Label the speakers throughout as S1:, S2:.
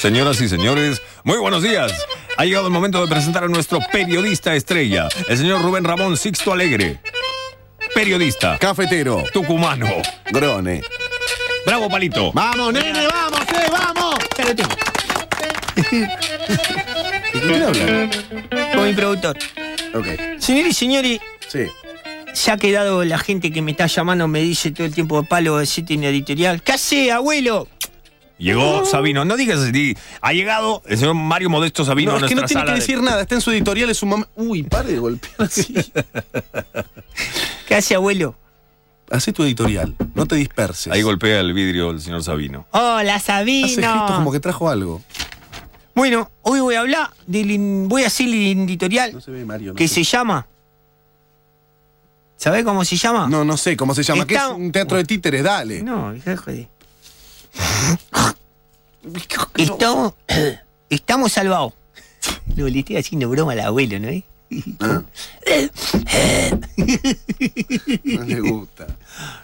S1: Señoras y señores, muy buenos días. Ha llegado el momento de presentar a nuestro periodista estrella, el señor Rubén Ramón Sixto Alegre. Periodista,
S2: Cafetero.
S1: tucumano.
S2: Grone.
S1: Bravo, Palito.
S2: Vamos, nene, vamos, eh, vamos. ¿De quién habla?
S3: con mi productor.
S2: Ok,
S3: Señores y señores,
S2: sí.
S3: se ha quedado la gente que me está llamando, me dice todo el tiempo palo de sitio en editorial. ¿Qué hace, abuelo?
S1: Llegó Sabino. No digas así. Ha llegado el señor Mario Modesto Sabino
S2: No,
S1: a
S2: es que
S1: nuestra
S2: no tiene
S1: sala
S2: que
S1: de-
S2: decir nada, está en su editorial, es su mamá. Uy, pare de golpear así.
S3: ¿Qué hace, abuelo?
S2: Hacé tu editorial, no te disperses.
S1: Ahí golpea el vidrio el señor Sabino.
S3: Hola,
S2: Hace gestos como
S3: Oh, Sabino.
S2: que trajo algo.
S3: Bueno, hoy voy a hablar del in- voy a hacer el
S2: No
S3: editorial
S2: se ve Mario. No
S3: que
S2: sé.
S3: se llama. ¿Sabés cómo se llama?
S2: No, no sé cómo se llama. que es
S3: Está-
S2: un teatro de títeres, dale.
S3: No, hija, joder. Estamos, estamos salvados. Lo le estoy haciendo broma al abuelo, ¿no? eh?
S2: No le gusta.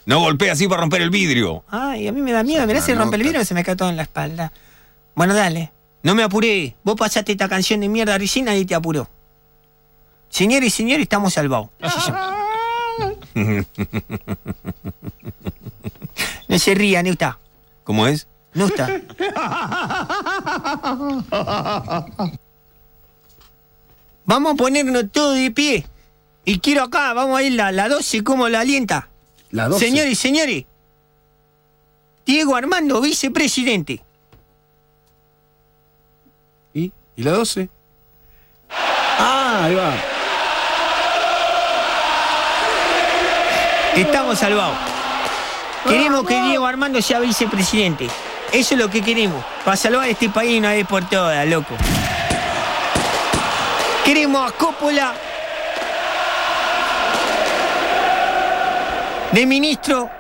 S1: No golpea así para romper el vidrio.
S3: Ay, a mí me da miedo. Mirá, se
S2: nota.
S3: rompe el vidrio y se me cae todo en la espalda. Bueno, dale. No me apuré. Vos pasaste esta canción de mierda recién, nadie te apuró. Señores y señores, estamos salvados. Así se llama. No se ría, Neusta.
S1: ¿Cómo es?
S3: Neusta. Vamos a ponernos todos de pie. Y quiero acá, vamos a ir la, la 12, como la alienta.
S2: La 12.
S3: Señores y señores, Diego Armando, vicepresidente.
S2: ¿Y? ¿Y la 12? Ah, ahí va.
S3: Estamos salvados. Queremos que Diego Armando sea vicepresidente. Eso es lo que queremos. Para salvar este país una vez por todas, loco. Queremos a Coppola de ministro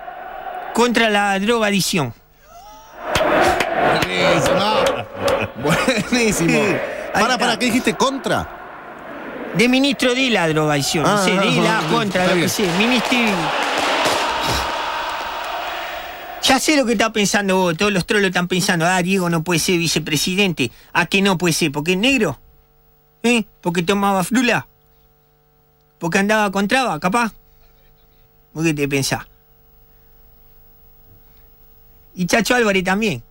S3: contra la drogadicción.
S2: Buenísimo. Buenísimo. Para, para, ¿qué dijiste? ¿Contra?
S3: De ministro de la drogadicción.
S2: Ah,
S3: no sé, de la
S2: ah,
S3: contra,
S2: está
S3: lo que
S2: bien.
S3: sea. Ministerio. Ya sé lo que está pensando vos, todos los trolos están pensando, ah, Diego no puede ser vicepresidente. ¿A qué no puede ser? ¿Porque es negro? ¿Eh? ¿Porque tomaba frula? ¿Porque andaba con traba, capaz? ¿Vos qué te pensás? Y Chacho Álvarez también.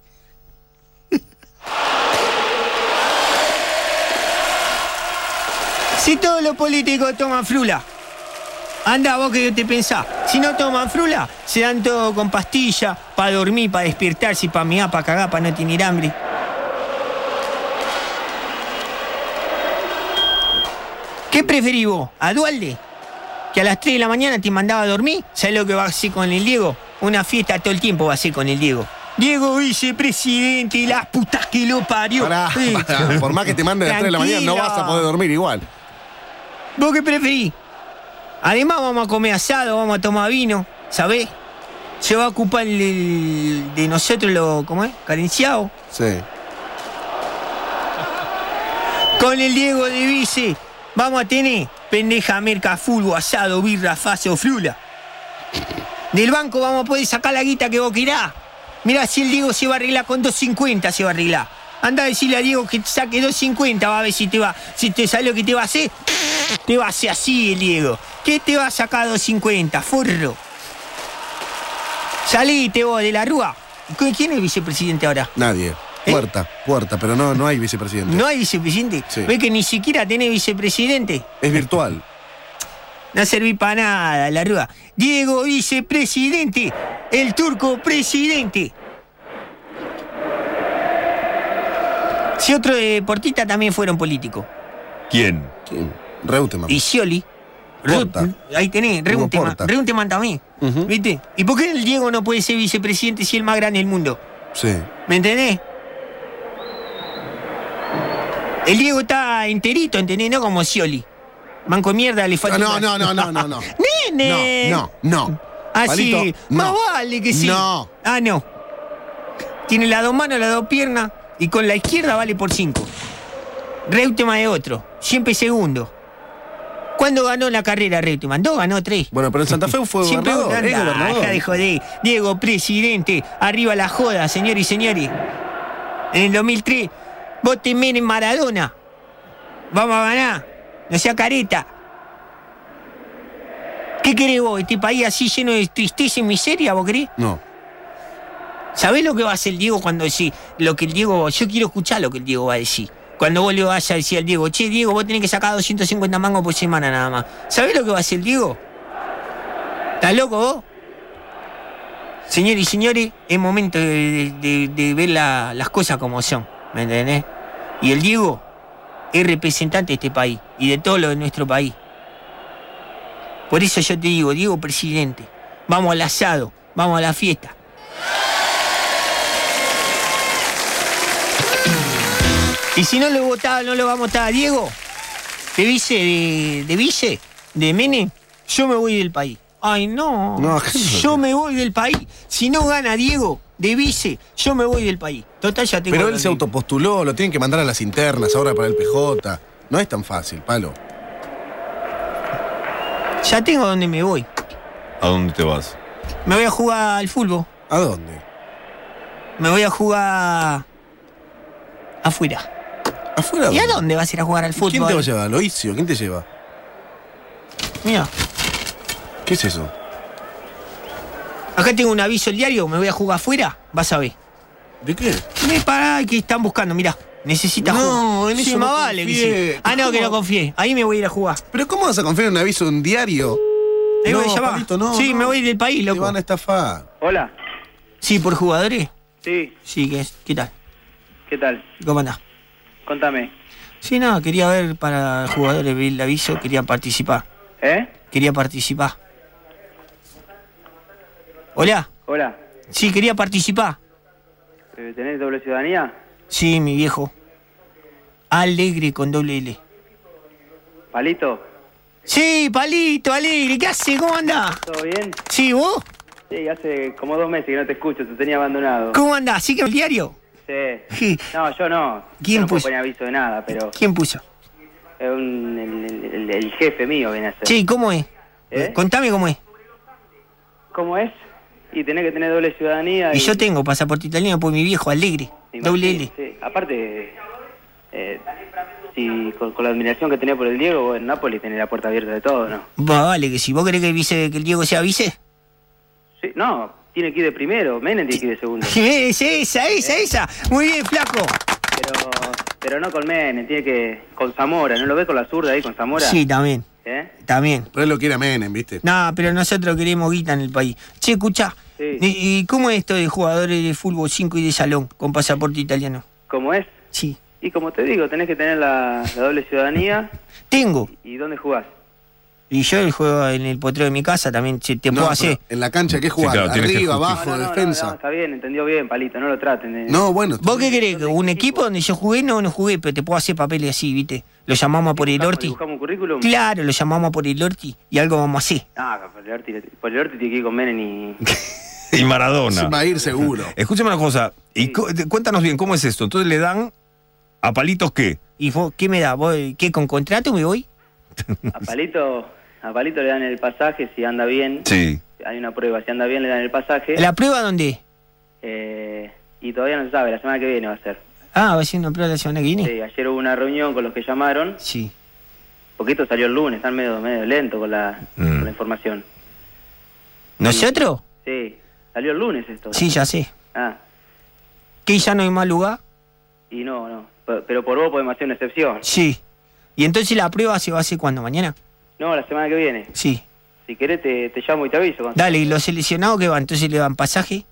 S3: Si todos los políticos toman frula, anda vos que yo te pensás. Si no toman frula, se dan todo con pastilla, para dormir, para despertarse, para mirar, para cagar, para no tener hambre. ¿Qué preferís vos? ¿A Dualde? Que a las 3 de la mañana te mandaba a dormir. ¿Sabés lo que va a hacer con el Diego? Una fiesta todo el tiempo va a ser con el Diego. Diego vicepresidente, las putas que lo parió.
S2: Pará,
S3: Eh.
S2: pará. Por más que te manden a las 3 de la mañana, no
S3: Tranquilo.
S2: vas a poder dormir igual.
S3: ¿Vos qué preferís? Además vamos a comer asado, vamos a tomar vino, ¿sabés? Se va a ocupar el, el- de nosotros lo, ¿cómo es? Carenciado.
S2: Sí.
S3: Con el Diego de Vice vamos a tener pendeja, merca, fulbo, asado, birra, fase o frula. Del banco vamos a poder sacar la guita que vos querás. Mirá, si el Diego se va a arreglar con 2.50 se va a arreglar. Anda a decirle a Diego que saque 2.50, va a ver si te va. Si te sale lo que te va a hacer, te va a hacer así el Diego. ¿Qué te va a sacar 2.50, forro? Salite vos de la rúa. ¿Qui- ¿Quién es el vicepresidente ahora?
S2: Nadie.
S3: ¿Eh?
S2: Puerta, puerta, pero no, no hay vicepresidente.
S3: ¿No hay vicepresidente?
S2: Sí.
S3: ¿Ve que ni siquiera tenés vicepresidente?
S2: Es virtual.
S3: No serví para nada, la rúa. Diego vicepresidente, el turco presidente. Si otro deportista también fueron políticos.
S1: ¿Quién?
S2: ¿Quién? Reutemann.
S3: Y Scioli.
S2: Porta.
S3: Re- Ahí tenés,
S2: Hugo
S3: Reutemann.
S2: Porta.
S3: Reutemann también.
S2: Ujú.
S3: ¿Viste? ¿Y por qué el Diego no puede ser vicepresidente si es el más grande del mundo?
S2: Sí.
S3: ¿Me entendés? El Diego está enterito, ¿entendés? No como Scioli. Manco de mierda, le falta.
S2: Ah, No,
S3: una-
S2: no, no, no, no, no.
S3: ¡Nene!
S2: No, no, no.
S3: Ah,
S2: Palito,
S3: sí.
S2: no.
S3: Más vale que sí.
S2: No.
S3: Ah, no. Tiene las dos manos, las dos piernas. Y con la izquierda vale por cinco. Reutemann es otro. Siempre segundo. ¿Cuándo ganó la carrera Reutemann? Dos ganó tres.
S2: Bueno, pero en Santa Fe fue
S3: Siempre
S2: gobernador.
S3: ganó.
S2: es gobernador.
S3: Deja de joder. Diego, presidente. Arriba la joda, señores y señores. en el 2003. Vos te en Maradona. Vamos a ganar. No sea careta. ¿Qué querés vos? Este país así lleno de tristeza y miseria, ¿vos querés?
S2: No.
S3: ¿Sabés lo que va a hacer el Diego cuando decís lo que el Diego... Yo quiero escuchar lo que el Diego va a decir. Cuando vos le vas a decir al Diego, che, Diego, vos tenés que sacar 250 mangos por semana nada más. ¿Sabés lo que va a hacer el Diego? ¿Estás loco vos? Señores y señores, es momento de, de- de- de ver la- las cosas como son. ¿Me entendés? Y el Diego es representante de este país y de todo lo de nuestro país. Por eso yo te digo, Diego presidente, vamos al asado, vamos a la fiesta. Y si no lo votaba, no lo va a votar a Diego, de vice, de, de vice, de Menem, yo me voy del país. Ay, no.
S2: No, ¿qué es eso?
S3: yo me voy del país. Si no gana Diego de vice, yo me voy del país. Total, ya tengo
S2: Pero él
S3: los
S2: se
S3: libros.
S2: autopostuló, lo tienen que mandar a las internas ahora para el PJ. No es tan fácil, palo.
S3: Ya tengo donde me voy.
S1: ¿A dónde te vas?
S3: Me voy a jugar al fútbol.
S2: ¿A dónde?
S3: Me voy a jugar afuera.
S2: ¿Afuera?
S3: ¿Y a dónde vas a ir a jugar al fútbol?
S2: ¿Quién te va a llevar? ¿Loicio? ¿Quién te lleva?
S3: Mira,
S2: ¿Qué es eso?
S3: acá tengo un aviso el diario, me voy a jugar afuera, vas a ver.
S2: ¿De qué?
S3: Me pará que están buscando, mirá. Necesitas
S2: No, en eso
S3: más
S2: no
S3: vale que
S2: confié.
S3: sí. Ah, no, que no
S2: ¿Cómo?
S3: confié. Ahí me voy a ir a jugar.
S2: ¿Pero cómo vas a confiar en un aviso de un diario?
S3: Ahí
S2: No,
S3: voy a llamar.
S2: Pablito, no,
S3: sí,
S2: no.
S3: me voy del país,
S2: Te
S3: loco.
S2: van a estafar.
S4: Hola,
S3: Sí, por jugadores.
S4: sí,
S3: Sí, ¿qué, es? ¿qué tal?
S4: ¿qué tal?
S3: ¿Cómo andás?
S4: Contame.
S3: Sí, no, quería ver para jugadores, vi el aviso, quería participar.
S4: ¿Eh?
S3: Quería participar. Hola.
S4: Hola,
S3: Sí, quería participar.
S4: eh, ¿tenés doble ciudadanía?
S3: Sí, mi viejo. Alegre con doble L.
S4: ¿Palito?
S3: Sí, palito, alegre. ¿Qué hace? ¿Cómo anda?
S4: ¿Todo bien?
S3: Sí, vos.
S4: Sí, hace como dos meses que no te escucho, te tenía abandonado.
S3: ¿Cómo anda? ¿Sí que el diario?
S4: Sí. No, yo no.
S3: ¿Quién
S4: Yo no
S3: puso?
S4: puedo poner aviso de nada, pero
S3: ¿Quién puso?
S4: es un- el, el- el- el jefe mío viene a hacer.
S3: Sí, ¿cómo es?
S4: ¿Eh?
S3: Contame cómo es.
S4: ¿Cómo es? Y tenés que tener doble ciudadanía.
S3: Y yo tengo pasaporte italiano por mi viejo, alegre.
S4: te
S3: Doble
S4: imagino,
S3: L.
S4: sí. Aparte, eh, si con, con la admiración que tenés por el Diego, vos en Nápoles tenés la puerta abierta de todo, ¿no?
S3: Va, vale, que si vos querés que el, vice, que el Diego sea vice.
S4: Sí, no, tiene que ir de primero, Menem tiene que ir de segundo.
S3: Es esa, esa, esa. Muy bien, flaco.
S4: Pero, pero no con Menem, tiene que. con Zamora, ¿no lo ves con la zurda ahí con Zamora?
S3: Sí, también,
S4: ¿Eh?
S3: también.
S2: Pero él lo quiere a Menem, ¿viste?
S3: No, pero nosotros queremos guita en el país. Che, escuchá.
S4: Sí.
S3: ¿Y y cómo es esto de jugadores de fútbol 5 y de salón con pasaporte italiano?
S4: Como es.
S3: Sí.
S4: Y como te digo, tenés que tener la, la doble ciudadanía.
S3: Tengo.
S4: ¿Y dónde jugás?
S3: Y yo juego en el potrero de mi casa también. che, te puedo
S2: pero
S3: hacer.
S2: En la cancha, ¿qué jugás?
S1: claro, tienes que
S2: Arriba,
S1: justificar.
S2: abajo,
S4: No, no, no, no,
S2: defensa.
S4: está bien, entendió bien, Palito, no lo traten. de-
S2: No, bueno.
S3: ¿Vos qué querés?
S4: Son de
S3: ¿Un
S4: equipo.
S3: equipo donde yo jugué? No, no jugué, pero te puedo hacer papeles así, ¿viste? Lo llamamos a por el
S4: ¿Buscamos-
S3: Orti.
S4: ¿Buscamos un currículum?
S3: Claro, lo llamamos a por el Orti y algo vamos a hacer.
S4: Ah, por el Orti, por el Orti tiene que ir con Menem y.
S1: Y Maradona.
S2: Va a ir seguro.
S1: Escúchame una cosa. Y cu- te- cuéntanos bien, ¿cómo es esto? Entonces le dan a palitos qué?
S3: ¿Y vos qué me da? ¿Vos, ¿Qué con contrato me voy?
S4: A Palito, a Palito le dan el pasaje si anda bien.
S1: Sí.
S4: Hay una prueba, si anda bien le dan el pasaje.
S3: ¿La prueba dónde?
S4: Eh, y todavía no se sabe, la semana que viene va a ser.
S3: Ah, va a ser una prueba la semana que viene.
S4: Sí, Eh, ayer hubo una reunión con los que llamaron.
S3: Sí.
S4: Poquito salió el lunes, están medio, medio lento con la,
S1: Mm.
S4: con la información.
S3: ¿Nosotros?
S4: Sí, salió el lunes esto.
S3: Sí, ya sé.
S4: Ah,
S3: ¿Que ya no hay más lugar?
S4: y no, no. P- Pero por vos podemos hacer una excepción.
S3: Sí. ¿Y entonces la prueba se va a hacer cuándo? ¿Mañana?
S4: No, la semana que viene.
S3: Sí.
S4: Si querés te, te llamo y te aviso. Gonzalo.
S3: Dale, ¿y los seleccionados qué van? ¿Entonces le dan pasaje?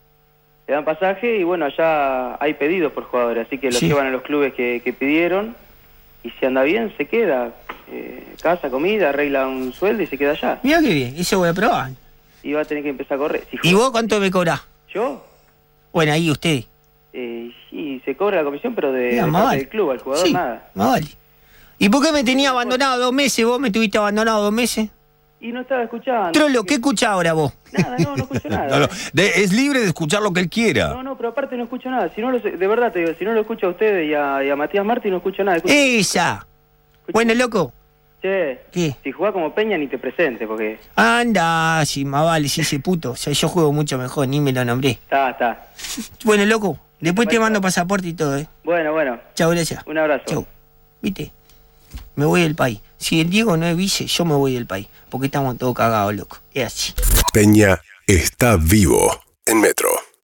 S4: Te dan pasaje y bueno, allá hay pedidos por jugadores, así que los
S3: Sí.
S4: llevan a los clubes que, que pidieron. Y si anda bien, se queda. Eh, casa, comida, arregla un sueldo y se queda allá.
S3: Mira qué bien, eso voy a probar.
S4: Y va a tener que empezar a correr. Si
S3: ¿Y vos cuánto me cobrás?
S4: ¿Yo?
S3: Bueno, ahí usted.
S4: Eh, y se cobra la comisión, pero de,
S3: Mira,
S4: de
S3: más
S4: parte
S3: vale.
S4: del club, al jugador
S3: Sí,
S4: nada.
S3: más vale. ¿Y por qué me tenía abandonado dos meses? ¿Vos me tuviste abandonado dos meses?
S4: Y no estaba escuchando.
S3: Trolo, ¿qué escuchás ahora vos?
S4: Nada, no, no escucho nada.
S1: No, no, de- es libre de escuchar lo que él
S4: No,
S1: quiera.
S4: no, pero aparte no escucho nada. Si no los- de verdad te digo, si no lo escucho a ustedes y a, y a Matías Martín, no escucho nada. Escucho-
S3: ¡Esa! Eh, Bueno, loco,
S4: che,
S3: ¿qué?
S4: si jugás como Peña ni te presente, porque
S3: Anda, sí, más vale, sí, ese puto. O sea, yo juego mucho mejor, ni me lo nombré.
S4: está, está.
S3: Bueno, loco, Después te mando pasaporte y todo, ¿eh?
S4: Bueno, bueno.
S3: Chau, gracias.
S4: Un abrazo.
S3: Chau. ¿Viste? Me voy del país. Si el Diego no es vice, yo me voy del país. Porque estamos todos cagados, loco. Es así.
S2: Peña está vivo en Metro.